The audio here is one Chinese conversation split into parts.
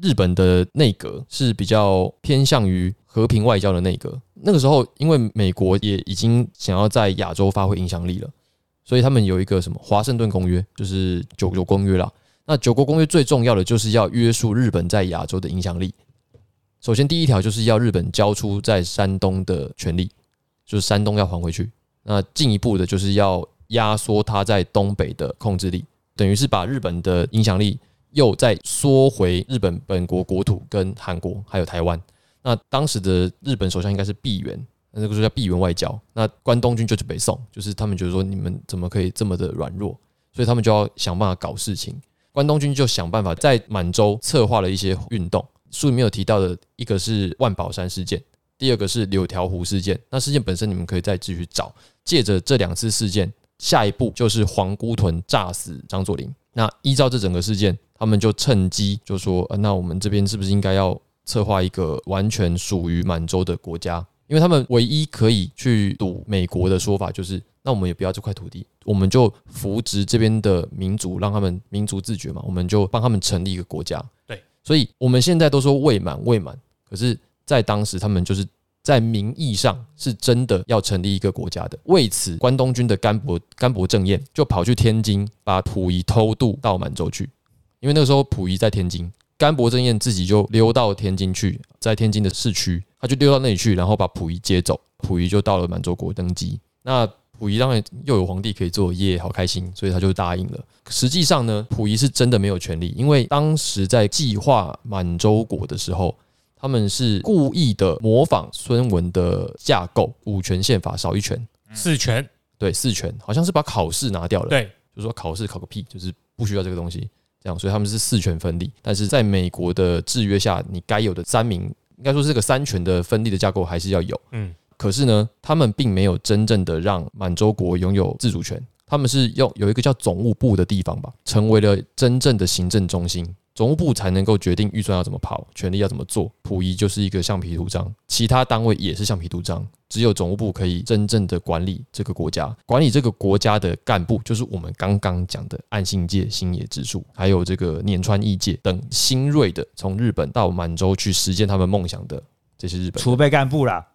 日本的内阁是比较偏向于和平外交的内阁。那个时候，因为美国也已经想要在亚洲发挥影响力了，所以他们有一个什么华盛顿公约，就是九九公约啦。那九国公约最重要的就是要约束日本在亚洲的影响力。首先，第一条就是要日本交出在山东的权利，就是山东要还回去。那进一步的就是要压缩它在东北的控制力，等于是把日本的影响力又再缩回日本本国国土跟韩国还有台湾。那当时的日本首相应该是闭元，那这个就叫闭元外交。那关东军就是北宋，就是他们觉得说你们怎么可以这么的软弱，所以他们就要想办法搞事情。关东军就想办法在满洲策划了一些运动。书里面有提到的一个是万宝山事件，第二个是柳条湖事件。那事件本身你们可以再继续找。借着这两次事件，下一步就是皇姑屯炸死张作霖。那依照这整个事件，他们就趁机就说，呃，那我们这边是不是应该要策划一个完全属于满洲的国家？因为他们唯一可以去赌美国的说法就是，那我们也不要这块土地，我们就扶植这边的民族，让他们民族自觉嘛，我们就帮他们成立一个国家。对，所以我们现在都说未满未满，可是，在当时他们就是在名义上是真的要成立一个国家的。为此，关东军的甘伯甘伯正彦就跑去天津，把溥仪偷渡到满洲去，因为那个时候溥仪在天津，甘伯正彦自己就溜到天津去，在天津的市区，他就溜到那里去，然后把溥仪接走，溥仪就到了满洲国登基。那溥仪当然又有皇帝可以做，耶，好开心，所以他就答应了。实际上呢，溥仪是真的没有权利，因为当时在计划满洲国的时候，他们是故意的模仿孙文的架构，五权宪法少一权，四权对，四权好像是把考试拿掉了，对，就说考试考个屁，就是不需要这个东西，这样，所以他们是四权分立。但是在美国的制约下，你该有的三民，应该说是这个三权的分立的架构还是要有。嗯，可是呢，他们并没有真正的让满洲国拥有自主权，他们是用有一个叫总务部的地方吧，成为了真正的行政中心。总务部才能够决定预算要怎么跑，权力要怎么做。溥仪就是一个橡皮图章，其他单位也是橡皮图章，只有总务部可以真正的管理这个国家。管理这个国家的干部，就是我们刚刚讲的岸信介、星野直树，还有这个碾川义介等新锐的，从日本到满洲去实践他们梦想的这些日本人。储备干部啦。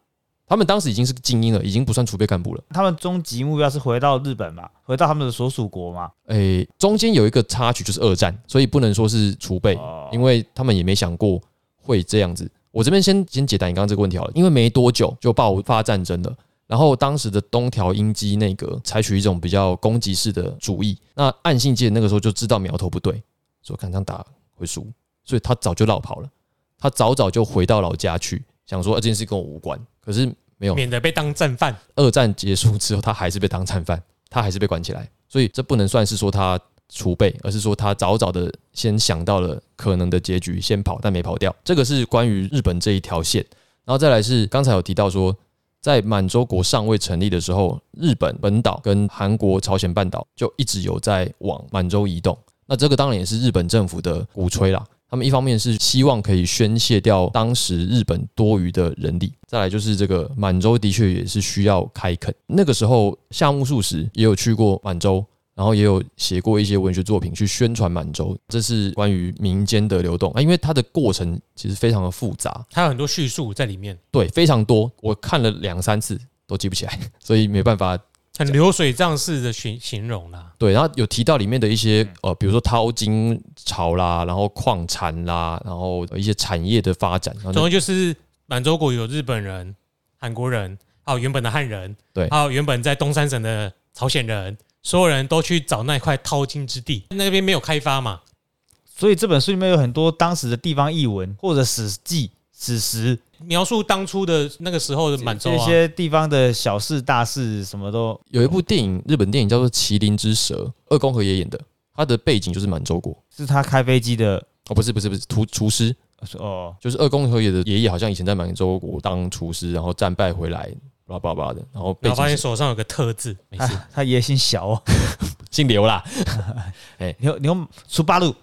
他们当时已经是精英了，已经不算储备干部了。他们终极目标是回到日本嘛，回到他们的所属国嘛。诶、中间有一个插曲就是二战，所以不能说是储备，哦因为他们也没想过会这样子。我这边先先解答你刚刚这个问题好了，因为没多久就爆发战争了。然后当时的东条英机内阁采取一种比较攻击式的主义，那岸信介那个时候就知道苗头不对，说看这样打会输，所以他早就绕跑了，他早早就回到老家去，想说、啊、这件事跟我无关。可是没有，免得被当战犯。二战结束之后，他还是被当战犯，他还是被关起来，所以这不能算是说他储备，而是说他早早的先想到了可能的结局，先跑但没跑掉。这个是关于日本这一条线，然后再来是刚才有提到说，在满洲国尚未成立的时候，日本本岛跟韩国、朝鲜半岛就一直有在往满洲移动。那这个当然也是日本政府的鼓吹啦。他们一方面是希望可以宣泄掉当时日本多余的人力，再来就是这个满洲的确也是需要开垦。那个时候，夏目漱石也有去过满洲，然后也有写过一些文学作品去宣传满洲。这是关于民间的流动啊，因为它的过程其实非常的复杂，他有很多叙述在里面，对，非常多，我看了两三次都记不起来， 所以没办法很流水账式的形形容啦。对，然后有提到里面的一些嗯呃，比如说淘金潮啦，然后矿产啦，然后一些产业的发展，然后那总之就是满洲国有日本人、韩国人，还有原本的汉人，对还有原本在东三省的朝鲜人，所有人都去找那块淘金之地，那边没有开发嘛，所以这本书里面有很多当时的地方译文或者史记、史实，描述当初的那个时候的满洲这啊，些地方的小事大事什么都有一部电影，日本电影叫做《麒麟之蛇》，二宫和也演的。他的背景就是满洲国。是他开飞机的哦，不是不是不是，厨厨师哦，就是二宫和也的爷爷，好像以前在满洲国当厨师，然后战败回来，巴拉巴拉巴拉的，然后背然后发景现是手上有个特字，没他事，啊哎他爷姓小 哦，姓刘啦。你用你用苏巴路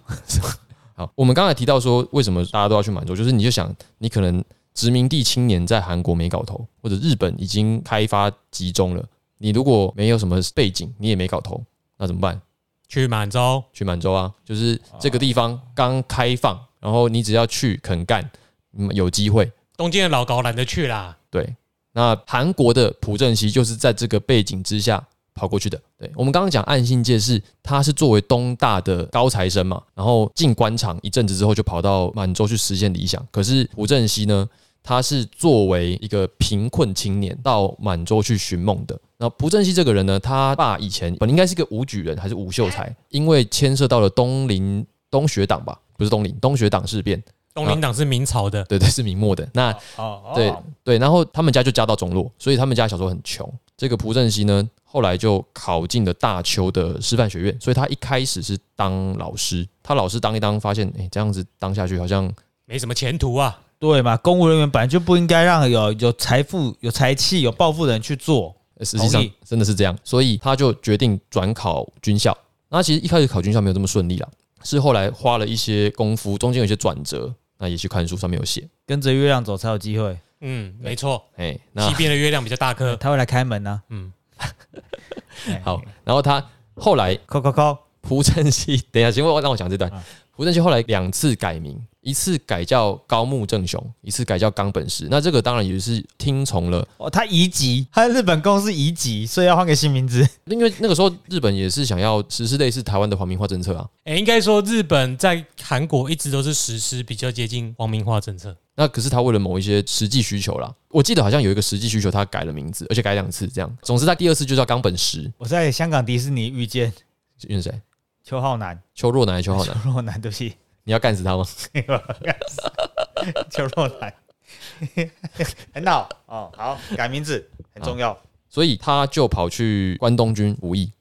好，我们刚才提到说，为什么大家都要去满洲，就是你就想，你可能殖民地青年在韩国没搞头，或者日本已经开发集中了，你如果没有什么背景，你也没搞头，那怎么办？去满洲去满洲啊，就是这个地方刚开放，然后你只要去肯干，嗯有机会。东京的老高懒得去啦，对，那韩国的朴正熙就是在这个背景之下跑过去的。对我们刚刚讲岸信介是，他是作为东大的高材生嘛，然后进官场一阵子之后，就跑到满洲去实现理想。可是朴正熙呢，他是作为一个贫困青年到满洲去寻梦的。那朴正熙这个人呢，他爸以前本来应该是个武举人还是武秀才，因为牵涉到了东林东学党吧，不是东林东学党事变，东林党是明朝的，对对，是明末的。那哦，对对，然后他们家就家道中落，所以他们家小时候很穷。这个朴正熙呢，后来就考进了大邱的师范学院，所以他一开始是当老师。他老师当一当，发现哎、诶这样子当下去好像没什么前途啊。对嘛，公务人员本来就不应该让有有财富、有财气、有抱负的人去做。呃实际上同意真的是这样，所以他就决定转考军校。那其实一开始考军校没有这么顺利啦，是后来花了一些功夫，中间有一些转折。那也去看书，上面有写。跟着月亮走才有机会，嗯，没错，哎、那西边的月亮比较大颗。他会来开门啊呢、嗯，哎好，，然后他后来扣扣扣，朴正熙， 等一下，请问我让我讲这段啊。朴正熙后来两次改名，一次改叫高木正雄，一次改叫冈本实。那这个当然也是听从了，哦，他移籍，他日本公司移籍，所以要换个新名字。因为那个时候日本也是想要实施类似台湾的皇民化政策啊。哎、应该说日本在韩国一直都是实施比较接近皇民化政策。那可是他为了某一些实际需求啦，我记得好像有一个实际需求，他改了名字，而且改两次这样。总之，他第二次就叫冈本实， 我在香港迪士尼遇见认识谁？邱浩南，邱若男还是邱浩邱南？若男，对不起， 你要干死他吗？邱若男， 很好哦，好，改名字很重要。所以他就跑去关东军服役。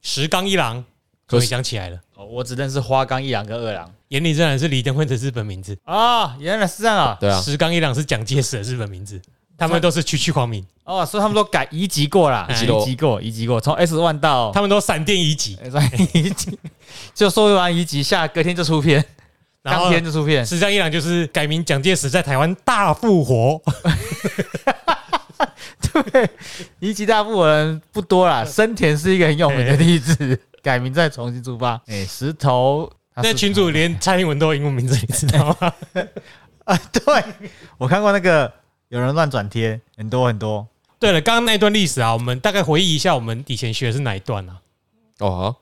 石冈一郎，可终是于想起来了，哦，我只认识花冈一郎跟二郎眼里仍然是李登辉的日本名字，啊、原来是这样啊。对啊，石冈一郎是蒋介石的日本名字，他们都是区区皇民，哦，所以他们都改移籍过啦，哎移籍过移籍过，移籍过，从 S one 到他们都闪电一级，哎所以移籍， 就说完移籍下，隔天就出片，然当后天就出片，石冈一郎就是改名蒋介石在台湾大复活，移籍大部分人不多啦，生田是一个很有名的例子，改名再重新出发。哎、石头，他那是群主连蔡英文都有英文名字，你知道吗？啊，对我看过那个有人乱转贴，很多很多。对了，刚刚那一段历史啊，我们大概回忆一下，我们以前学的是哪一段啊？哦好，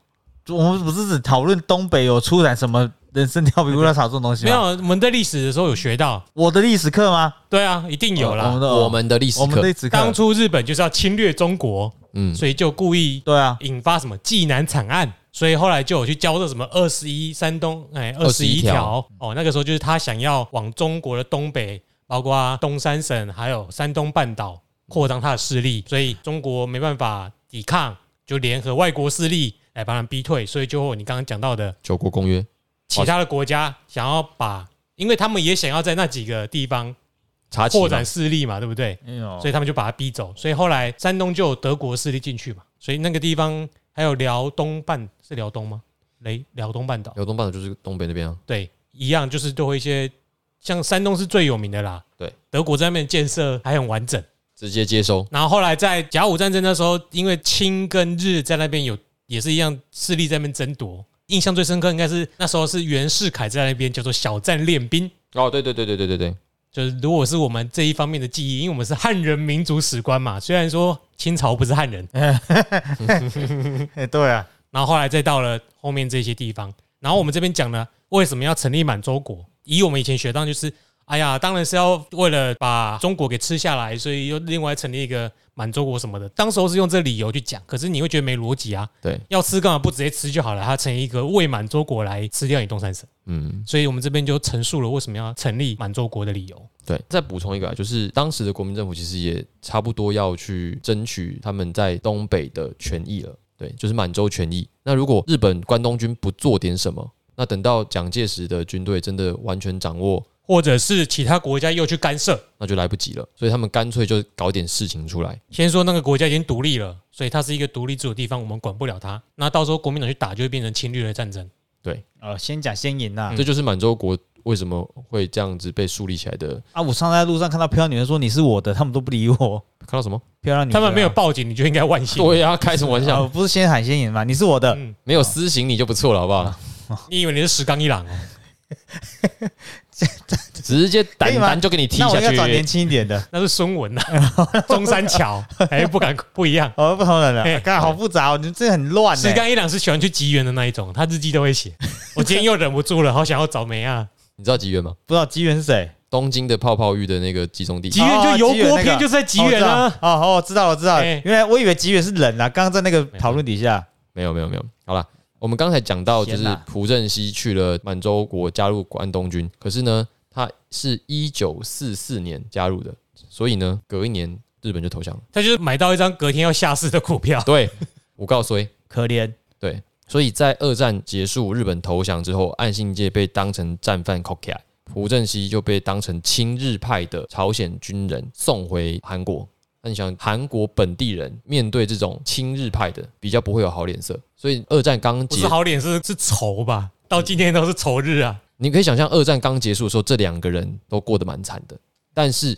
我们不是只讨论东北有出产什么人参调皮乌拉草这种东西没有，吗？我们在历史的时候有学到，我的历史课吗？对啊，一定有我们啦。的哦我们的历史我们的课历，史课，当初日本就是要侵略中国，嗯，所以就故意对啊，引发什么济南惨案，所以后来就有去交涉什么二十一山东哎二十一21条哦，那个时候就是他想要往中国的东北，包括东三省还有山东半岛扩张他的势力，所以中国没办法抵抗，就联合外国势力来把他们逼退，所以就会有你刚刚讲到的九国公约，其他的国家想要把，因为他们也想要在那几个地方查起扩展势力嘛，对不对？哎呦所以他们就把他逼走。所以后来山东就有德国势力进去嘛，所以那个地方还有辽东半是辽东吗？雷辽东半岛辽东半岛就是东北那边啊。对，一样就是都会一些像山东是最有名的啦。对，德国在那边建设还很完整。直接接收。然后后来在甲午战争的时候，因为清跟日在那边有也是一样势力在那边争夺。印象最深刻应该是那时候是袁世凯在那边叫做小站练兵，哦，对对对对对对对，就是如果是我们这一方面的记忆，因为我们是汉人民族史观嘛，虽然说清朝不是汉人，哎对啊，然后后来再到了后面这些地方，然后我们这边讲呢，为什么要成立满洲国？以我们以前学到就是，哎呀，当然是要为了把中国给吃下来，所以又另外成立一个满洲国什么的。当时候是用这理由去讲，可是你会觉得没逻辑啊。对，要吃干嘛不直接吃就好了？它成立一个为满洲国来吃掉你东三省，嗯，所以我们这边就陈述了为什么要成立满洲国的理由。对。再补充一个啊，就是当时的国民政府其实也差不多要去争取他们在东北的权益了。对，就是满洲全义。那如果日本关东军不做点什么，那等到蒋介石的军队真的完全掌握，或者是其他国家又去干涉。那就来不及了。所以他们干脆就搞点事情出来。先说那个国家已经独立了，所以它是一个独立自主地方，我们管不了它。那到时候国民党去打，就会变成侵略的战争。呃，先讲先赢呐。这就是满洲国为什么会这样子被树立起来的。啊，我上次在路上看到漂亮女生说你是我的，他们都不理我。看到什么？漂亮女他生啊们没有报警，你就应该万幸。 对呀、开什么玩啊笑？不是先喊先赢吗？你是我的，嗯，没有私刑你就不错了，好不好？你以为你是石刚一郎哦？直接胆可以吗胆就给你踢那我下应该找年去。轻一点的。那是孙文呐、啊， 中山桥，哎，不敢不一样。哦，不同人哎了，看好复杂哦，你这很乱呢石。刚一郎是喜欢去吉原的那一种，他日记都会写。我今天又忍不住了，好想要找梅啊！你知道吉原吗？不知道吉原是谁？东京的泡泡浴的那个集中地吉。原就哦油吉原锅那个片就是在吉原啊。哦，哦，我知道了，我知道了。哎原来我以为吉原是人啊，刚刚在那个讨论底下，没有没有没有，好啦，我们刚才讲到就天是哪朴正熙去了满洲国，加入关东军，可是呢，他是一九四四年加入的，所以呢，隔一年日本就投降了。他就是买到一张隔天要下市的股票，对，我告诉你，可怜。对，所以在二战结束、日本投降之后，岸信介被当成战犯扣起来，朴正熙就被当成亲日派的朝鲜军人送回韩国。那你想，韩国本地人面对这种亲日派的，比较不会有好脸色。所以二战刚不结是好脸是是仇吧？到今天都是仇日啊！你可以想象，二战刚结束的时候，这两个人都过得蛮惨的，但是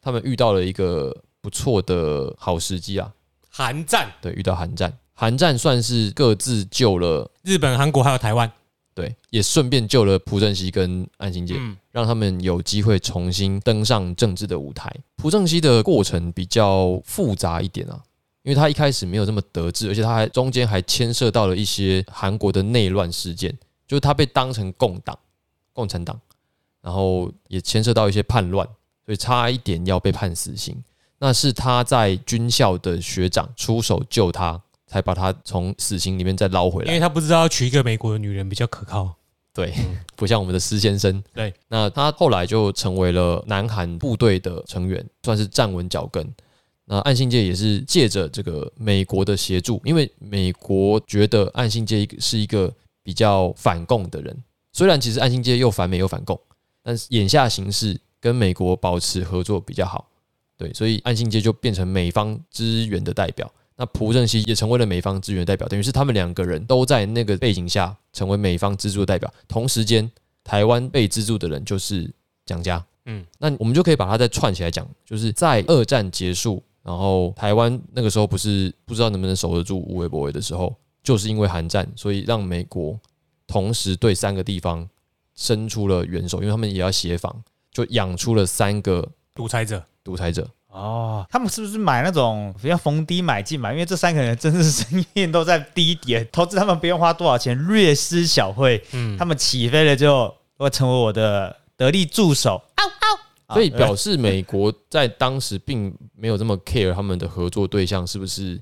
他们遇到了一个不错的好时机啊，韩战，对，遇到韩战，韩战算是各自救了，日本、韩国还有台湾，对，也顺便救了朴正熙跟安心姐，嗯，让他们有机会重新登上政治的舞台。朴正熙的过程比较复杂一点啊，因为他一开始没有这么得志，而且他还中间还牵涉到了一些韩国的内乱事件，就是他被当成共党、共产党，然后也牵涉到一些叛乱，所以差一点要被判死刑。那是他在军校的学长出手救他，才把他从死刑里面再捞回来因为。他不知道要娶一个美国的女人比较可靠。对嗯，不像我们的施先生。对，那他后来就成为了南韩部队的成员，算是站稳脚跟。那岸信介也是借着这个美国的协助，因为美国觉得岸信介是一个比较反共的人，虽然其实岸信介又反美又反共，但是眼下形势跟美国保持合作比较好，对，所以岸信介就变成美方支援的代表。那朴正熙也成为了美方支援的代表，等于是他们两个人都在那个背景下成为美方资助的代表。同时间，台湾被资助的人就是蒋家。嗯，那我们就可以把它再串起来讲，就是在二战结束，然后台湾那个时候不是不知道能不能守得住无为博为的时候，就是因为韩战，所以让美国同时对三个地方伸出了援手，因为他们也要协防，就养出了三个独裁者，独裁者。哦，他们是不是买那种比较逢低买进嘛？因为这三个人的真实生意都在低点， 投资他们不用花多少钱，略施小惠，嗯，他们起飞了就会成为我的得力助手。啊所以表示美国在当时并没有这么 care 他们的合作对象是不是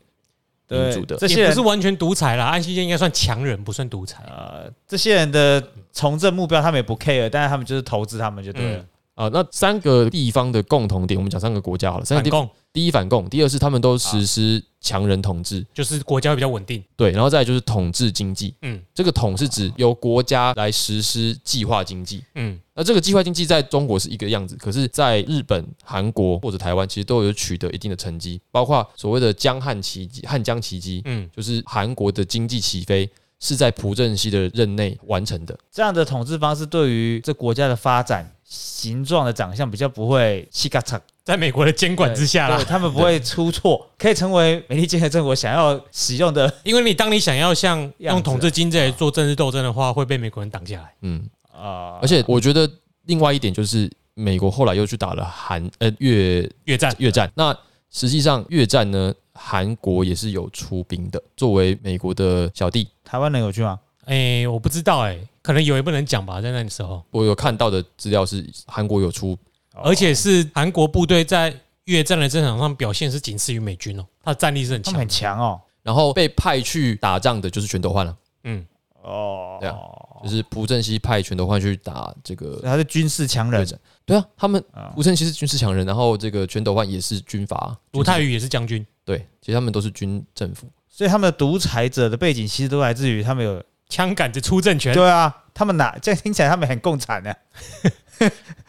民主对的，这些也不是人完全独裁啦，安信健应该算强人，不算独裁。呃，这些人的从政目标他们也不 care，但是他们就是投资他们就对了。啊。那三个地方的共同点，我们讲三个国家好了，三个反地方，共第一反共，第二是他们都啊实施强人统治，就是国家会比较稳定。对，然后再来就是统治经济，嗯这个统是指由国家来实施计划经济。嗯，那这个计划经济在中国是一个样子，可是在日本、韩国或者台湾，其实都有取得一定的成绩，包括所谓的江汉奇迹、汉江奇迹，嗯，就是韩国的经济起飞是在朴正熙的任内完成的。这样的统治方式对于这国家的发展、形状的长相比较不会西嘎嚓，在美国的监管之下对啦，他们不会出错， 可以成为美利坚合众国想要使用的因为你当你想要像样子用啊统治经济来做政治斗争的话，会被美国人挡下来。嗯，啊，而且我觉得另外一点就是，美国后来又去打了韩呃越越战，越战。那实际上越战呢，韩国也是有出兵的，作为美国的小弟，台湾人有去吗？哎、我不知道哎、可能有也不能讲吧，在那时候，我有看到的资料是韩国有出，而且是韩国部队在越战的战场上表现是仅次于美军哦，他的战力是很他们强很。强哦，然后被派去打仗的就是全斗焕了。嗯，哦，对啊就是朴正熙派全斗焕去打这所个以他是军事强人对对啊，他们啊，朴正熙是军事强人，然后这个全斗焕也是军阀，卢泰愚也是将军，对，其实他们都是军政府，所以他们的独裁者的背景其实都来自于他们有枪杆子出政权，对啊，他们哪这样听起来他们很共产啊的、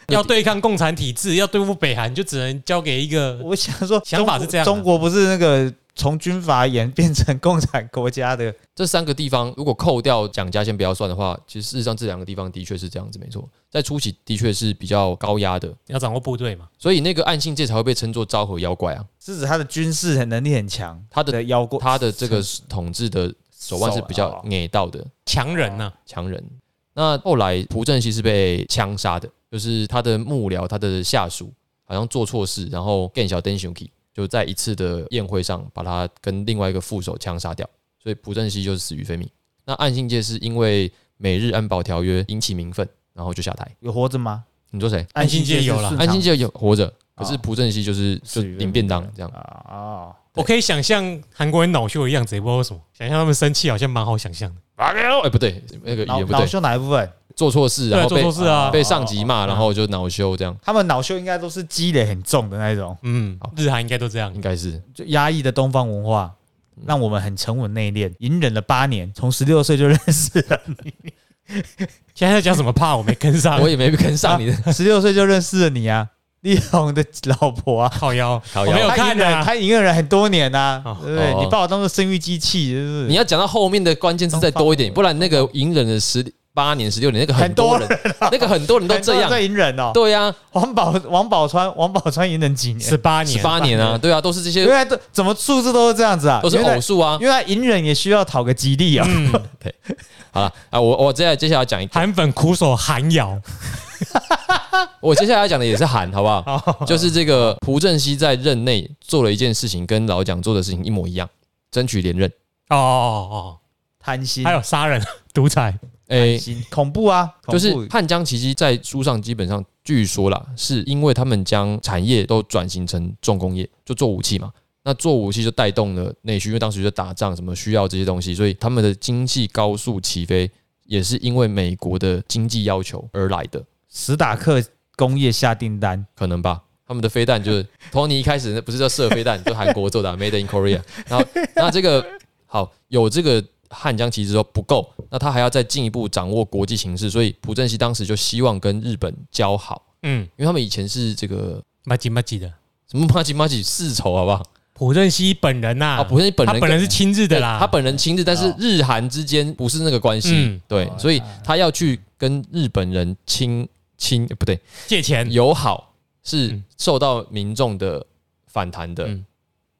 要对抗共产体制，要对付北韩，就只能交给一个我想说，想法中国是这样的中国不是那个从军阀演变成共产国家的，这三个地方如果扣掉蒋家先不要算的话，其实事实上这两个地方的确是这样子，没错，在初期的确是比较高压的，要掌握部队嘛。所以那个暗信界才会被称作昭和妖怪啊，是指他的军事能力很强，他的他的腰过他的这个统治的手腕是啊比较矮到的强人啊呐、强人。那后来朴正熙是被枪杀的，就是他的幕僚、他的下属好像做错事，然后更小登雄 k 就在一次的宴会上把他跟另外一个副手枪杀掉，所以朴正熙就是死于非命。那岸信介是因为美日安保条约引起民愤，然后就下台。有活着吗？你说谁？安心界有啦岸信介有活着，啊可是哦朴正熙就是就领便当这样。啊哦，我可以想象韩国人恼羞的样子，也不知道为什么，想象他们生气好像蛮好想象的。哎、不对，那个恼也不恼对，羞哪一部分？做错事对然啊，后做被错事啊，被上级骂，哦然后就恼羞，这样他们恼羞应该都是积累很重的那一种，嗯好，日韩应该都这样应。该是就压抑的东方文化。嗯让我们很沉稳内敛，隐忍了八年，从十六岁就认识了， 现在在讲什么怕我没跟 上我，也没跟上你的十六岁就认识了你啊，丽红的老婆啊，靠腰，烤我没有鸭。他看隐忍，啊他隐忍了很多年呐、哦啊，对不对？哦你把我当做生育机器，是不是？你要讲到后面的关键字再多一点，不然那个隐忍了十八年、十六年，那个很多人， 那个很多人都这样。在隐忍哦。对啊呀，王宝王宝钏，王宝钏隐忍几年？十八十年，八年啊，对啊，都是这原些，来都怎么数字都是这样子啊？都是原来偶数啊。原来隐忍也需要讨个吉利啊！好了啊，我我接下来接下来讲一，韩粉苦守韩瑶，我接下来讲的也是 韩，好不好？就是这个朴正熙在任内做了一件事情，跟老蒋做的事情一模一样，争取连任。哦哦贪哦，嗯心，还有杀人、 独裁，哎贪，心，恐怖啊！就恐是怖汉江奇迹在书上基本上据说啦，是因为他们将产业都转型成重工业，就做武器嘛。那做武器就带动了内需，因为当时就打仗什么需要这些东西，所以他们的经济高速起飞，也是因为美国的经济要求而来的，史达克工业下订单，可能吧。他们的飞 弹就是托尼一开始不是叫射飞弹，就韩国做的啊、Made in Korea。然后那这个好有这个汉江旗帜之后不够，那他还要再进一步掌握国际形势，所以朴正熙当时就希望跟日本交好。嗯，因为他们以前是这个马吉马吉的。什么马吉马吉世仇，好不好？朴正熙本人呐、啊，不是本他人，本人是亲日的啦，哦对他本人亲自，但是日韩之间不是那个关系嗯，对，所以他要去跟日本人亲亲，呃不对，借钱友好是嗯受到民众的反弹的嗯。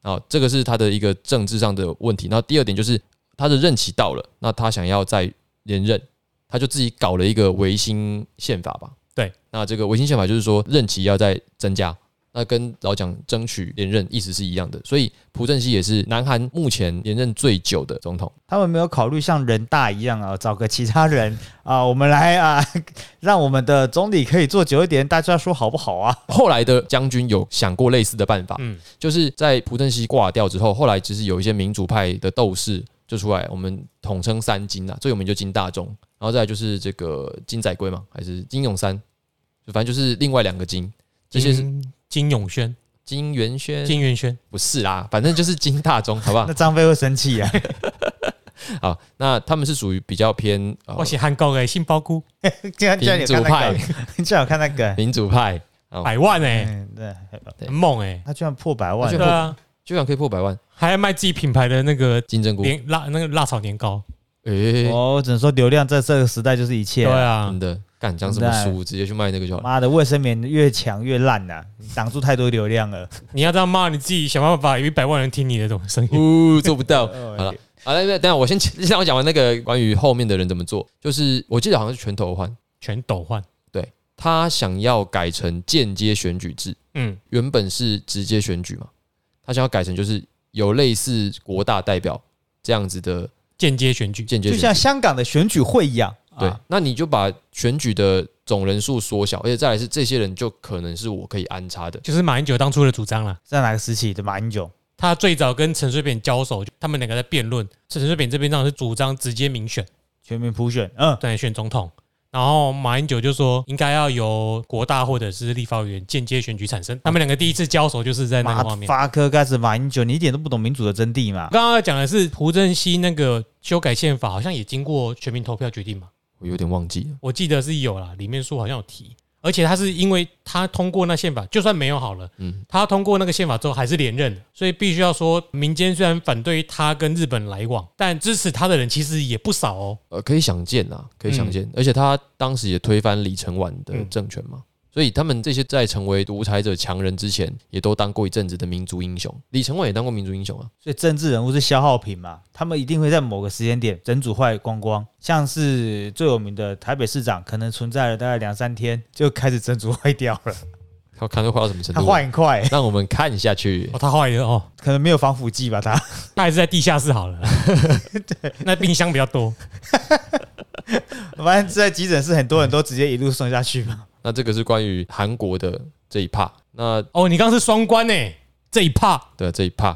啊，这个是他的一个政治上的问题。那第二点就是他的任期到了，那他想要再连任，他就自己搞了一个维新宪法吧。对，那这个维新宪法就是说任期要再增加，那跟老蒋争取连任意思是一样的。所以朴正熙也是南韩目前连任最久的总统。他们没有考虑像人大一样啊，找个其他人 啊，我们来啊， 让我们的总理可以做久一点，大家说好不好啊？后来的将军有想过类似的办法，嗯就是在朴正熙挂掉之后，后来其实有一些民主派的斗士就出来，我们统称三金啊，最有名就金大中，然后再来就是这个金载圭嘛，还是金永三，就反正就是另外两个金，这些是嗯金金永轩、金元轩，金元轩，不是啦，反正就是金大中，好不好 那？张飞会生气啊！好，那他们是属于比较偏呃我写韩国的杏鲍菇竟然竟然民有主看那派个，，竟然有看那个，民主派百万哎、嗯，对， 对很猛哎、他居然破百他万居对然，啊，居然可以破百万，还要卖自己品牌的那个金针菇，诶、年辣那个辣炒年糕，哎我哦我只能说流量在这个时代就是一切对啊、啊真，的干讲什么书，直接去卖那个就好了。妈的，卫生棉越强越烂呐、挡住太多流量了。你要这样骂你自己，想办法有一百万人听你的这种声音。呜，做不到。哦好了，好了，等一下我先 让我讲完那个关于后面的人怎么做。就是我记得好像是全头换，全斗焕，他想要改成间接选举制，嗯，原本是直接选举嘛，他想要改成就是有类似国大代表这样子的间接选举，间接就选像举。香港的选举会一样，对啊，那你就把选举的总人数缩小，而且再来是这些人就可能是我可以安插的。就是马英九当初的主张啦。在哪个时期的马英九？他最早跟陈水扁交手，他们两个在辩论，陈水扁这边当然是主张直接民选，全民普选，嗯，对，选总统。然后马英九就说，应该要由国大或者是立法委员间接选举产生。他们两个第一次交手就是在那马个画面。发科开始马英九，你一点都不懂民主的真谛嘛我？刚刚要讲的是胡正熙那个修改宪法，好像也经过全民投票决定嘛，我有点忘记了。我记得是有啦，里面说好像有提，而且他是因为他通过那宪法，就算没有好了，嗯，他通过那个宪法之后还是连任的，所以必须要说，民间虽然反对他跟日本来往，但支持他的人其实也不少哦。呃，可以想见啊，可以嗯想见。而且他当时也推翻李承晚的嗯政权嘛，所以他们这些在成为独裁者强人之前，也都当过一阵子的民族英雄。李承晚也当过民族英雄啊，所以政治人物是消耗品嘛，他们一定会在某个时间点整组坏光光。像是最有名的台北市长，可能存在了大概两三天就开始整组坏掉了，他看会坏到什么程他度？坏很快、让我们看下 去哦，。他坏了 哦，可能没有防腐剂吧？他他还是在地下室好了， 那冰箱比较多。反正在急诊室很多人都直接一路送下去 嘛。那这个是关于韩国的这一 part，那哦，你刚刚是双关呢，这一趴对这一 part，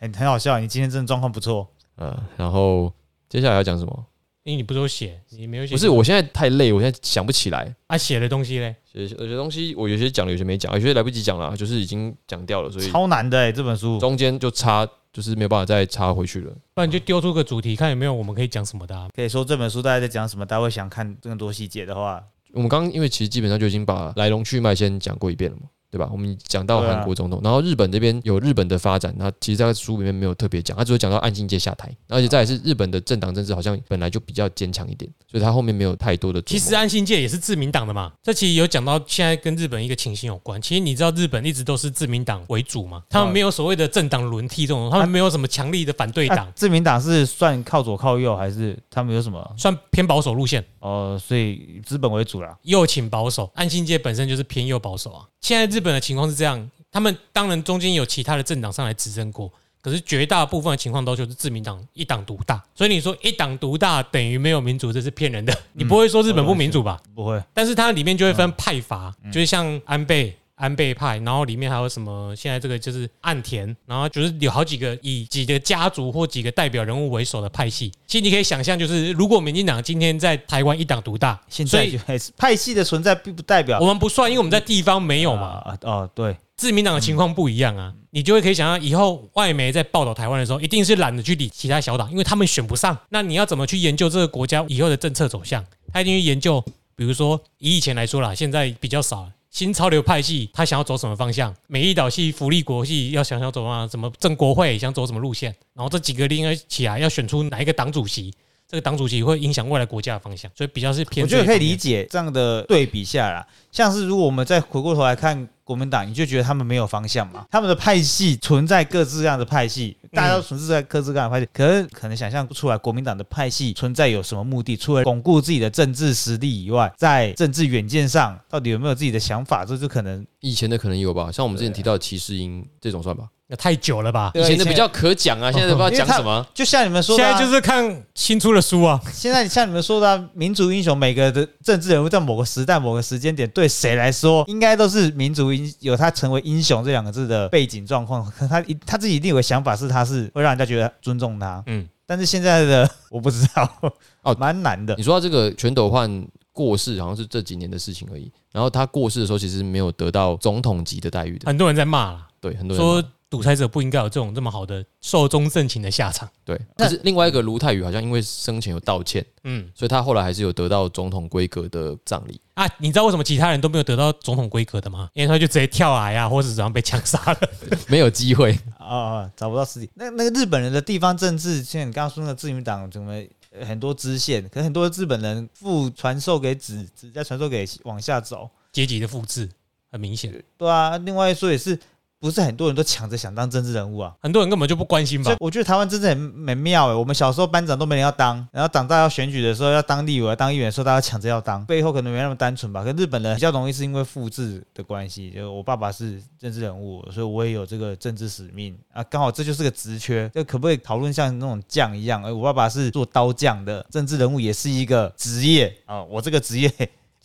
很哎很好笑，你今天真的状况不错。呃，然后接下来要讲什么？因为你不是有写，你没有写，不是，我现在太累，我现在想不起来。啊写的东西嘞，有些有些东西我有些讲了，有些没讲，有些来不及讲了，就是已经讲掉了，所以超难的、欸、这本书，中间就插，就是没有办法再插回去了。不然你就丢出个主题，看有没有我们可以讲什么的、啊。可以说这本书大家在讲什么，大家会想看更多细节的话，我们刚刚因为其实基本上就已经把来龙去脉先讲过一遍了嘛，对吧？我们讲到对啊韩国总统，然后日本这边有日本的发展，那其实在书里面没有特别讲，他只有讲到岸信介下台，而且再来是日本的政党政治好像本来就比较坚强一点，所以他后面没有太多的琢磨。其实啊安信界也是自民党的嘛，这其实有讲到现在跟日本一个情形有关。其实你知道日本一直都是自民党为主嘛，他们没有所谓的政党轮替这种，他们没有什么强力的反对啊党，自民党是算靠左靠右，还是他们有什么？算偏保守路线，哦，所以资本为主啦。右倾保守。安信界本身就是偏右保守啊。现在日本的情况是这样，他们当然中间有其他的政党上来执政过。可是绝大部分的情况都就是自民党一党独大，所以你说一党独大等于没有民主，这是骗人的。你不会说日本不民主吧？不会，但是它里面就会分嗯派阀，就是像安倍安倍派，然后里面还有什么现在这个就是岸田，然后就是有好几个以几个家族或几个代表人物为首的派系。其实你可以想象，就是如果民进党今天在台湾一党独大，现所在以就还是派系的存在，并不代表我们不算，因为我们在地方没有嘛。啊哦，对，自民党的情况不一样啊，嗯你就会可以想象，以后外媒在报道台湾的时候，一定是懒得去理其他小党，因为他们选不上。那你要怎么去研究这个国家以后的政策走向？他一定去研究，比如说以以前来说啦，现在比较少了。新潮流派系他想要走什么方向？美丽岛系、福利国系要想想走啊，什么正国会想走什么路线？然后这几个联合起来要选出哪一个党主席？这个党主席会影响未来国家的方向，所以比较是偏我这觉一得方面。可以理解这样的对比下啦。像是如果我们再回过头来看国民党，你就觉得他们没有方向嘛，他们的派系存在各式各样的派系，嗯大家都存在各式各样的派系，可是可能想象不出来国民党的派系存在有什么目的，除了巩固自己的政治实力以外，在政治远见上到底有没有自己的想法，这就可能以前的可能有吧，像我们之前提到的歧视音啊这种算吧，那太久了吧？以前的比较可讲 啊，现在都不知道讲什么啊。就像你们说现的啊、在就是看新出的书啊。现在像你们说的啊、民族英雄，每个的政治人物在某个时代、某个时间点，对谁来说，应该都是民族英有他成为英雄这两个字的背景状况。 可他一他自己一定有个想法，是他是会让人家觉得尊重他。嗯，但是现在的我不知道，哦哦，蛮难的你。说到这个全斗焕过世，好像是这几年的事情而已。然后他过世的时候，其实没有得到总统级的待遇的，很多人在骂啦，对很多人说独裁者不应该有这种这么好的寿终正寝的下场。对。但是另外一个卢泰愚好像因为生前有道歉，嗯所以他后来还是有得到总统规格的葬 礼。啊，你知道为什么其他人都没有得到总统规格的吗？因为他就直接跳崖啊，或者怎样被枪杀了。 没有机 会。啊、哦，找不到尸体。那那个日本人的地方政治，像你刚刚说那个自民党怎么呃很多支线，可是很多日本人父传授给子，子再传授给往下走。阶级的复制很明显，对啊，另外说也是，不是很多人都抢着想当政治人物啊。很多人根本就不关心所吧以？我觉得台湾真的很很妙哎、我们小时候班长都没人要当，然后长大要选举的时候要当立委、要当议员的时候，大家抢着要当。背后可能没那么单纯吧，可日本人比较容易是因为复制的关系，就我爸爸是政治人物，所以我也有这个政治使命啊。刚好这就是个职缺，这可不可以讨论像那种匠一样？哎、我爸爸是做刀匠的，政治人物也是一个职业啊。我这个职业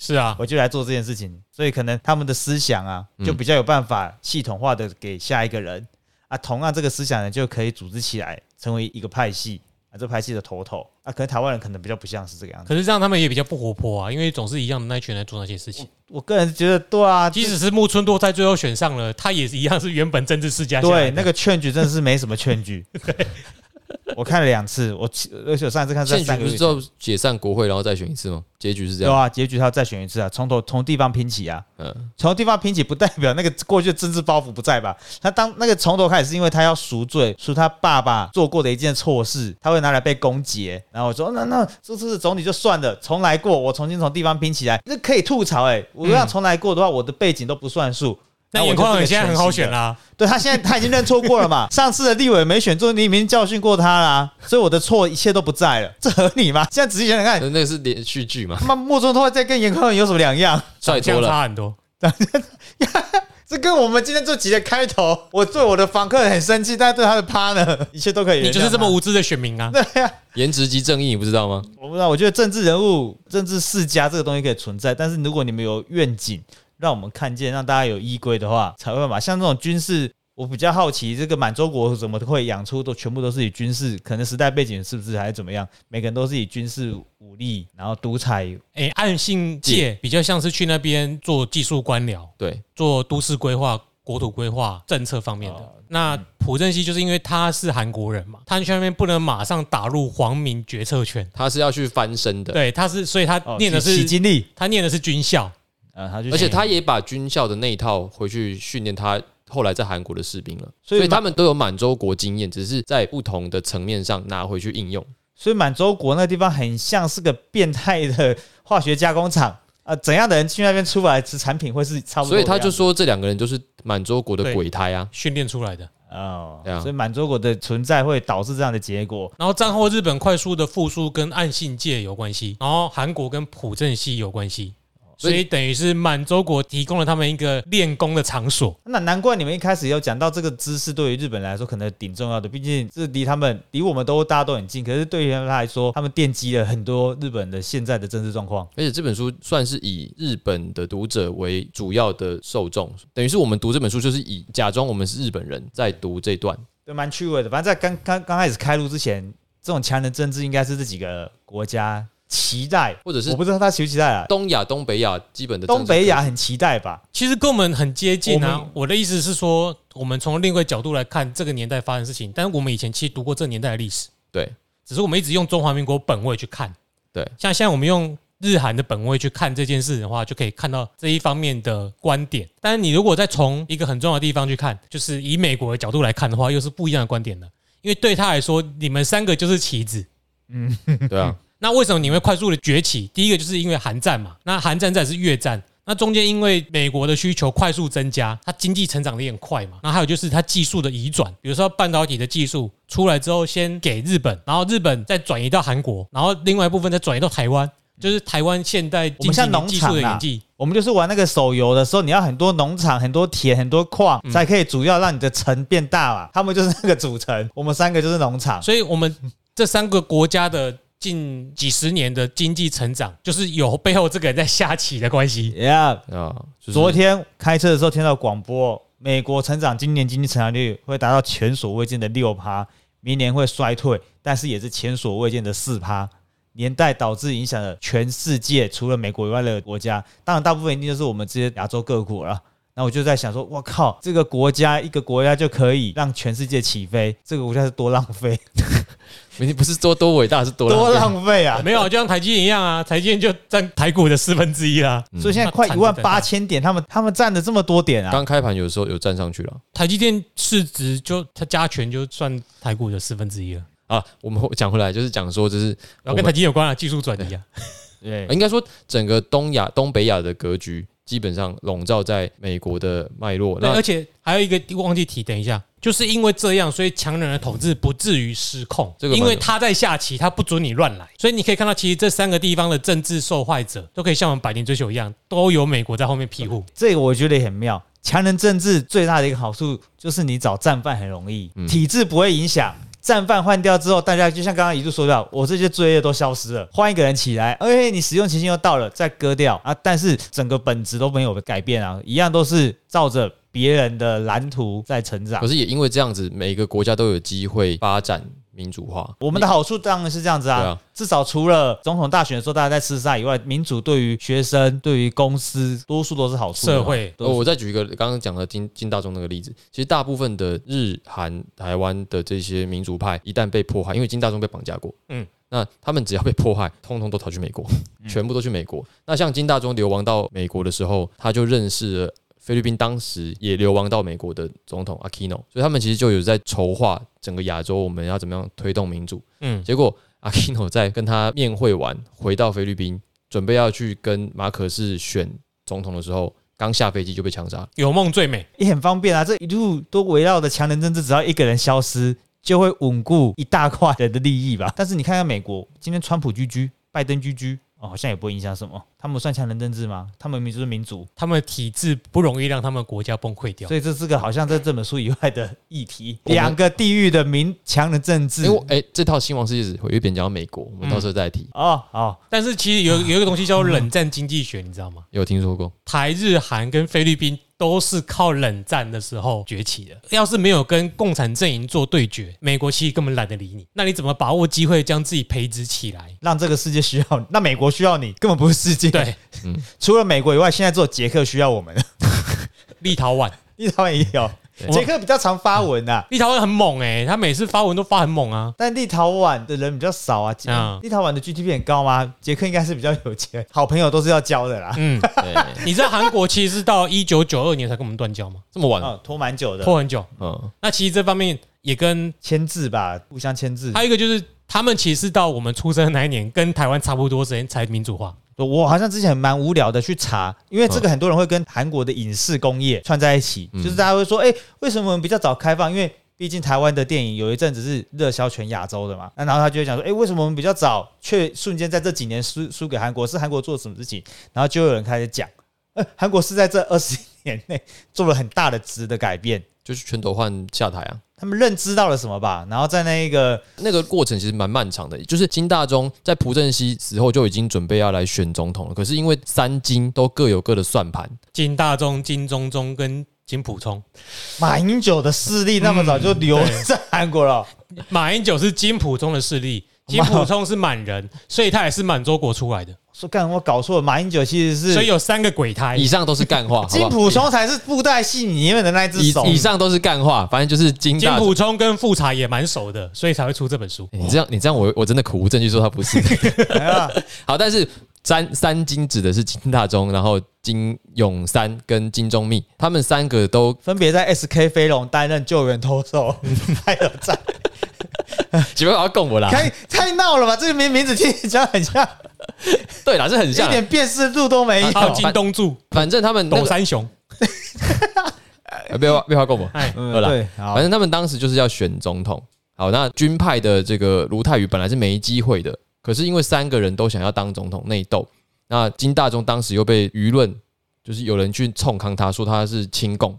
是啊，我就来做这件事情，所以可能他们的思想啊，嗯就比较有办法系统化的给下一个人、啊，同样这个思想呢就可以组织起来成为一个派系，啊，这拍戏的头头啊，可能台湾人可能比较不像是这个样子。可是这样他们也比较不活泼啊，因为总是一样的那一群人做那些事情。我个人觉得，对啊，即使是木村拓哉最后选上了，他也是一样是原本政治世家下来对的那个劝举真的是没什么 劝举。我看了两次，我而且我上一次看是在现三举个不月是之前，后解散国会，然后再选一次吗？结局是这对样。啊，结局他要再选一次啊，从头从地方拼起啊，嗯，从地方拼起不代表那个过去的政治包袱不在吧？他当那个从头开始，是因为他要赎罪，赎他爸爸做过的一件错事，他会拿来被攻讦。然后我说，那那这次总理就算了，重来过，我重新从地方拼起来，那可以吐槽哎、我要重来过的话，我的背景都不算数。那然后眼我就眶是个很现在很好全新选啊的啦、对他现在他已经认错过 了嘛，上次的立委没选中，你已经教训过他啦，所以我的错一切都不在了，这合理吗？现在仔细想想看，那那个是连续剧 嘛，他妈莫中托在跟严宽有什么两样？ 帅这多样了。差很多。这跟我们今天这集的开头，我对我的房客很生气，但是对他的趴呢， 一切都可以。你就是这么，无知的选民啊！颜值即正义，你不知道吗？我不知道，我觉得政治人物、政治世家这个东西可以存在，但是如果你们有愿景，让我们看见，让大家有依归的话，才会嘛。像这种军事。我比较好奇，这个满洲国怎么会养出都全部都是以军事，可能时代背景是不是还是怎么样？每个人都是以军事武力，然后独裁哎、暗信界比较像是去那边做技术官僚，对，做都市规划、国土规划政策方面的。哦那朴正熙就是因为他是韩国人嘛，他去那边不能马上打入皇民决策圈，他是要去翻身的，对，他是所以他哦念的起起是、经历，他念的是军校，呃，他就而且他也把军校的那一套回去训练他后来在韩国的士兵了，所所以以他们都有满洲国经验，只是在不同的层面上拿回去应用。所以满洲国那个地方很像是个变态的化学加工厂啊、怎样的人去那边出来，其实产品会是差不多所的以样子。他就说这两个人就是满洲国的鬼胎啊，训练出来的。哦对啊，所以满洲国的存在会导致这样的结果。然后战后日本快速的复苏跟暗信界有关系，然后韩国跟朴正熙有关系，所所以以等于是满洲国提供了他们一个练功的场所。那难怪你们一开始有讲到这个知识对于日本来说可能挺重要的，毕竟这离他们离我们都大家都很近，可是对于他们来说，他们奠基了很多日本的现在的政治状况。而且这本书算是以日本的读者为主要的受众，等于是我们读这本书就是以假装我们是日本人在读这段。对，蛮趣味的。反正在刚刚刚开始开录之前，这种强人政治应该是这几个国家期待，啊或者是我不知道他期不期待啊。东亚、东北亚基本的政治东北亚很期待吧？其实跟我们很接近我啊们。我的意思是说，我们从另一个角度来看这个年代发生的事情，但是我们以前其实读过这个年代的历史，对只是我们一直用中华民国本位去看。对像现在我们用日韩的本位去看这件事的话，就可以看到这一方面的观点。但是你如果再从一个很重要的地方去看，就是以美国的角度来看的话，又是不一样的观点了。因为对他来说，你们三个就是棋子，对 啊，那为什么你会快速的崛起？第一个就是因为韩战嘛，那韩战再是越战，那中间因为美国的需求快速增加，它经济成长的也很快嘛。那还有就是它技术的移转，比如说半导体的技术出来之后，先给日本，然后日本再转移到韩国，然后另外一部分再转移到台湾，就是台湾现代我经们济像农技术的场啊演技。我们就是玩那个手游的时候，你要很多农场、很多田、很多矿，才可以主要让你的城变大嘛。他们就是那个主城，我们三个就是农场。所以我们这三个国家的近几十年的经济成长，就是有背后这个人在下棋的关系。 Yeah，啊，就是昨天开车的时候听到广播，美国成长今年经济成长率会达到前所未见的六趴，明年会衰退，但是也是前所未见的四趴。年代导致影响了全世界，除了美国以外的国家，当然大部分一定就是我们这些亚洲各国了。那我就在想说，我靠，这个国家一个国家就可以让全世界起飞，这个国家是多浪费，明天不是多多伟大，是多多浪浪费啊！没有，就像台积电一样啊，台积电就占台股的四分之一啊啦。嗯 所以现在快那一惨得万很八大千点，他们他们占了这么多点啊！刚开盘有时候有站上去了台积电市值就它加权就算台股的四分之一了，啊。我们讲回来，就是讲说，就是然后跟台积电有关啊，技术转移啊，对应该说整个东亚、东北亚的格局基本上笼罩在美国的脉络。对，那而且还有一个忘记提，等一下，就是因为这样，所以强人的统治不至于失控，这个蛮因为他在下棋，他不准你乱来，所以你可以看到，其实这三个地方的政治受害者都可以像我们百年追求一样，都有美国在后面庇护。这个我觉得也很妙。强人政治最大的一个好处就是你找战犯很容易，嗯体制不会影响。战犯换掉之后，大家就像刚刚一路说到，我这些罪业都消失了，换一个人起来，哎、你使用期限又到了，再割掉啊！但是整个本质都没有改变啊，一样都是照着别人的蓝图在成长可。是也因为这样子，每个国家都有机会发展。民主化。我们的好处当然是这样子啊，对啊至少除了总统大选的时候大家在厮杀以外，民主对于学生、对于公司，多数都是好处嘛。社会呃，我再举一个刚刚讲的金金大中那个例子，其实大部分的日韩、台湾的这些民族派，一旦被迫害，因为金大中被绑架过，嗯嗯，那他们只要被迫害，通通都逃去美国，嗯全部都去美国。那像金大中流亡到美国的时候，他就认识了菲律宾当时也流亡到美国的总统 Aquino，所以他们其实就有在筹划整个亚洲我们要怎么样推动民主。嗯，结果阿 k i n o 在跟他面会完，回到菲律宾，准备要去跟马可仕选总统的时候，刚下飞机就被枪杀。有梦最美，也很方便啊。这一路都围绕着强人政治，只要一个人消失，就会稳固一大块人的利益吧。但是你看看美国，今天川普居居，拜登居居。哦，好像也不会影响什么。他们算强人政治吗？他们明明就是民主，他们的体制不容易让他们国家崩溃掉所。以这是个好像在这本书以外的议 题。我们两个地域的民强人政治因为哎、这套新王世界史会有一点讲到美国，我们到时候再提。哦哦，但是其实有有一个东西叫冷战经济学，你知道吗？有听说过？台日韩跟菲律宾都是靠冷战的时候崛起的。要是没有跟共产阵营做对决，美国其实根本懒得理你。那你怎么把握机会将自己培植起来？让这个世界需要你，那美国需要你，根本不是世界。对，除了美国以外，现在只有捷克需要我们， 立陶宛，立陶宛也有。对捷克比较常发文呐、啊，立陶宛很猛哎、他每次发文都发很猛啊。但立陶宛的人比较少啊。嗯立陶宛的 GDP 很高吗？捷克应该是比较有钱，好朋友都是要交的啦。嗯，对，你知道韩国其实是到一九九二年才跟我们断交吗？这么晚，哦，拖蛮久的，嗯拖很久。嗯，那其实这方面也跟签字吧，互相签字。还有一个就是，他们其实是到我们出生的那一年，跟台湾差不多时间才民主化。我好像之前蛮无聊的去查，因为这嗯个很多人会跟韩国的影视工业串在一起，嗯就是大家会说，哎、为什么我们比较早开放？因为毕竟台湾的电影有一阵子是热销全亚洲的嘛，那然后他就会讲说，哎、为什么我们比较早，却瞬间在这几年输输给韩国？是韩国做了什么事情？然后就有人开始讲，呃，韩国是在这二十年内做了很大的质的改变，就是全斗焕下台啊。他们认知到了什么吧？然后在那一个那个过程其实蛮漫长的，就是金大中在朴正熙死后就已经准备要来选总统了，可是因为三金都各有各的算盘，金大中、金中中跟金普聪，马英九的势力那么早就嗯留在韩国了，马英九是金普聪的 势力，金普聪是满人，所以他也是满洲国出来的，说干我搞错了，马英九其实是所以有三个鬼胎以。上都是干话，好不金好普松才是布袋戏里面的那一只以手。以上都是干话，反正就是金金大普聪跟富察也蛮熟的，所以才会出这本书。欸你这样，你这样我，我真的苦无证据说他不 是。哎呀 好，但是三三金指的是金大中，然后金永三跟金钟密，他们三个都分别在 SK 飞龙担任救援 投手，还有在，结果要供我啦。太太闹了吧？这个名名字听起来很像，对啦，是很一像。点辨识度都没有。还有金东柱、反正他们那董个三雄，呃被花被花供我，哎，嗯好啦对，好反，正他们当时就是要选总统。好，那军派的这个卢泰愚本来是没机会的，可是因为三个人都想要当总统内斗，那金大中当时又被舆论就是有人去冲康他说他是亲共，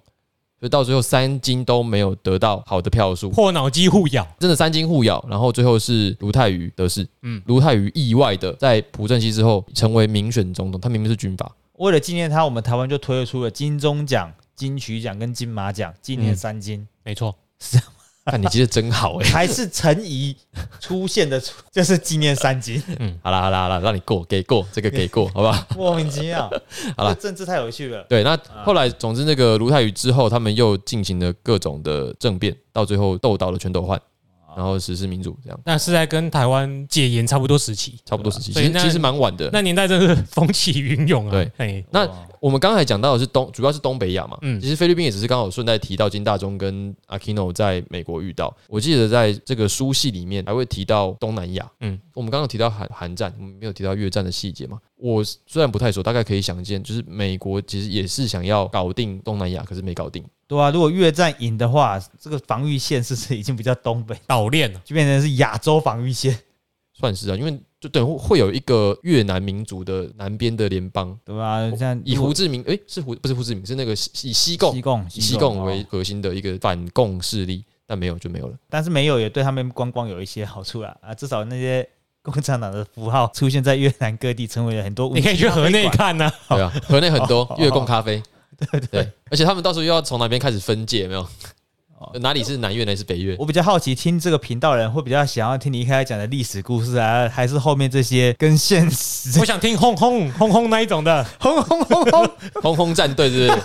所以到最后三金都没有得到好的票数。破脑机互咬，真的三金互咬，然后最后是卢泰愚得势。嗯嗯，卢泰愚意外的在朴正熙之后成为民选总统，他明明是军 阀，为了纪念他，我们台湾就推出了金钟奖、金曲奖跟金马奖，纪念嗯 三金，没错，但你记得真好哎、 还是陈怡出现的 出，就是纪念三 金，嗯好啦好啦好啦，让你过，给过这个给过，好不 好？莫名其妙。好啦这政治太有趣了。对，那啊后来总之那个卢泰愚之后，他们又进行了各种的政变，到最后斗倒了全斗焕，啊然后实施民主，这样那是在跟台湾戒严差不多时期，差不多时期，所其以实那其实蛮晚的。那年代真的是风起云涌啊。对哎，那哇我们刚才讲到的是东，主要是东北亚嘛。嗯嗯，其实菲律宾也只是刚好顺带提到金大中跟 Aquino 在美国遇到。我记得在这个书系里面还会提到东南亚。嗯嗯，我们刚刚有提到韩韩战，我们没有提到越战的细节嘛。我虽然不太熟，大概可以想见，就是美国其实也是想要搞定东南亚，可是没搞定。对啊，如果越战赢的话，这个防御线是不是已经不叫东北，岛链啊，就变成是亚洲防御线？算是啊，因为就等于会有一个越南民族的南边的联邦，对吧？像以胡志明诶、是胡不是胡志明是那个西以西贡哦西贡哦以西贡为，核心的一个反共势力，但没有就没有了。但是没有也对他们观光有一些好处啦啊，至少那些共产党的符号出现在越南各地，成为了很多你可以去河内看呐。 对啊，河内很多好月供咖啡，对，而且他们到时候又要从哪边开始分界，有没有？哦哪里是南越，哪里是北越？我比较好奇，听这个频道的人会比较想要听你一开始讲的历史故 事啊，还是后面这些跟现实 我想听轰轰轰轰那一 种的，轰轰轰轰？轰轰战队是不 是？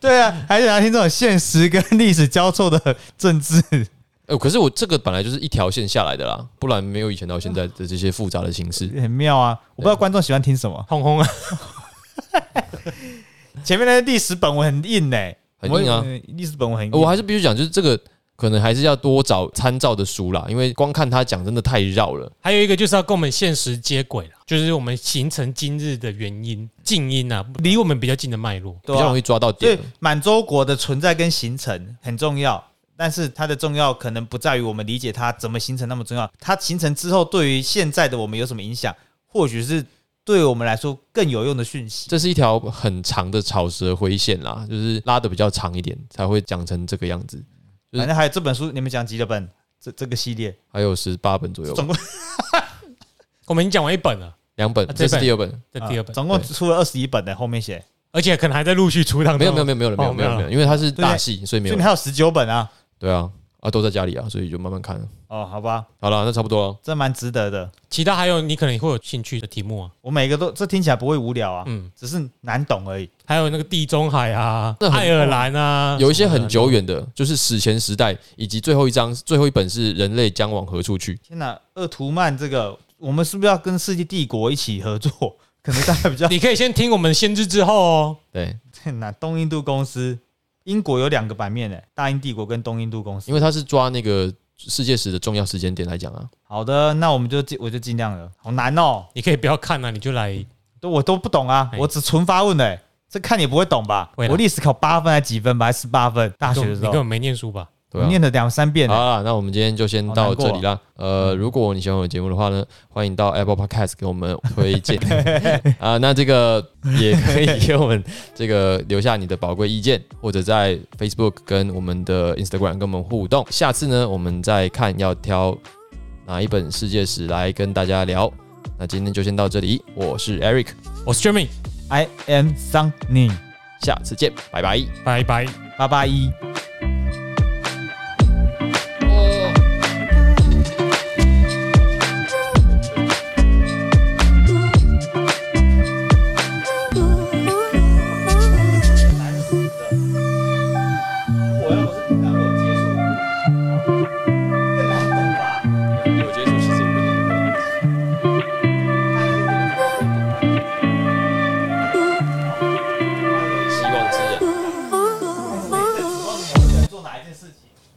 对啊，还是想要听这种现实跟历史交错的政治？ 呃，可是我这个本来就是一条线下来的啦，不然没有以前到现在的这些复杂的形式。很妙啊！我不知道观众喜欢听什么。轰轰啊！前面那些历史本文很硬呢、很硬啊我嗯历史本文很硬。呃我还是必须讲，就是这个可能还是要多找参照的书啦，因为光看他讲真的太绕了。还有一个就是要跟我们现实接轨了，就是我们形成今日的原因、静音啊，离我们比较近的脉络。比对啊较容易抓到所以点。满洲国的存在跟形成很重要，但是它的重要可能不在于我们理解它怎么形成那么重要，它形成之后对于现在的我们有什么影响，或许是对我们来说更有用的讯息。这是一条很长的草蛇灰线啦，就是拉的比较长一点才会讲成这个样子。就是反正还有这本书，你们讲几个本？这这个系列还有十八本左右吧，总共我们已经讲完一本了，两本啊，这这是本第二本。这第二本，总共对出了二十一本的，后面写，而且可能还在陆续出档。没有没有有，没有没有了没有哦没有没有没有，因为它是大戏，所以没所有以你。还有十九本啊。对啊啊，都在家里啊，所以就慢慢看。哦，好吧，好了，那差不多了。这蛮值得的。其他还有你可能会有兴趣的题目啊，我每个都这听起来不会无聊啊，嗯，只是难懂而已。还有那个地中海啊、那很爱尔兰啊，有一些很久远的，就是史前时代，以及最后一章最后一本是人类将往何处去。天哪，鄂图曼这个，我们是不是要跟世界帝国一起合作？ 可能大家比较你可以先听我们先知之后哦。对， 天哪，东印度公司，英国有两个版面呢，大英帝国跟东印度公司因。为它是抓那个世界史的重要时间点来讲啊。好的，那我们就尽我就尽量了，好难哦，你可以不要看啊，你就来都我都不懂啊哎，我只纯发问的，欸这看你不会懂吧？会啦我历史考八分还几分吧，还十八分，大学你的时根候本没念书吧？对我啊。念了两三遍呢。好啦，那我们今天就先到这里啦。呃，如果你喜欢我的节目的话呢，欢迎到 Apple Podcast 给我们推荐啊、那这个也可以给我们这个留下你的宝贵意见，或者在 Facebook 跟我们的 Instagram 跟我们互动。下次呢，我们再看要挑哪一本世界史来跟大家聊。那今天就先到这里，我是 Eric，我是 Jeremy， I am Sunny 下次见，拜拜。拜拜。八八一。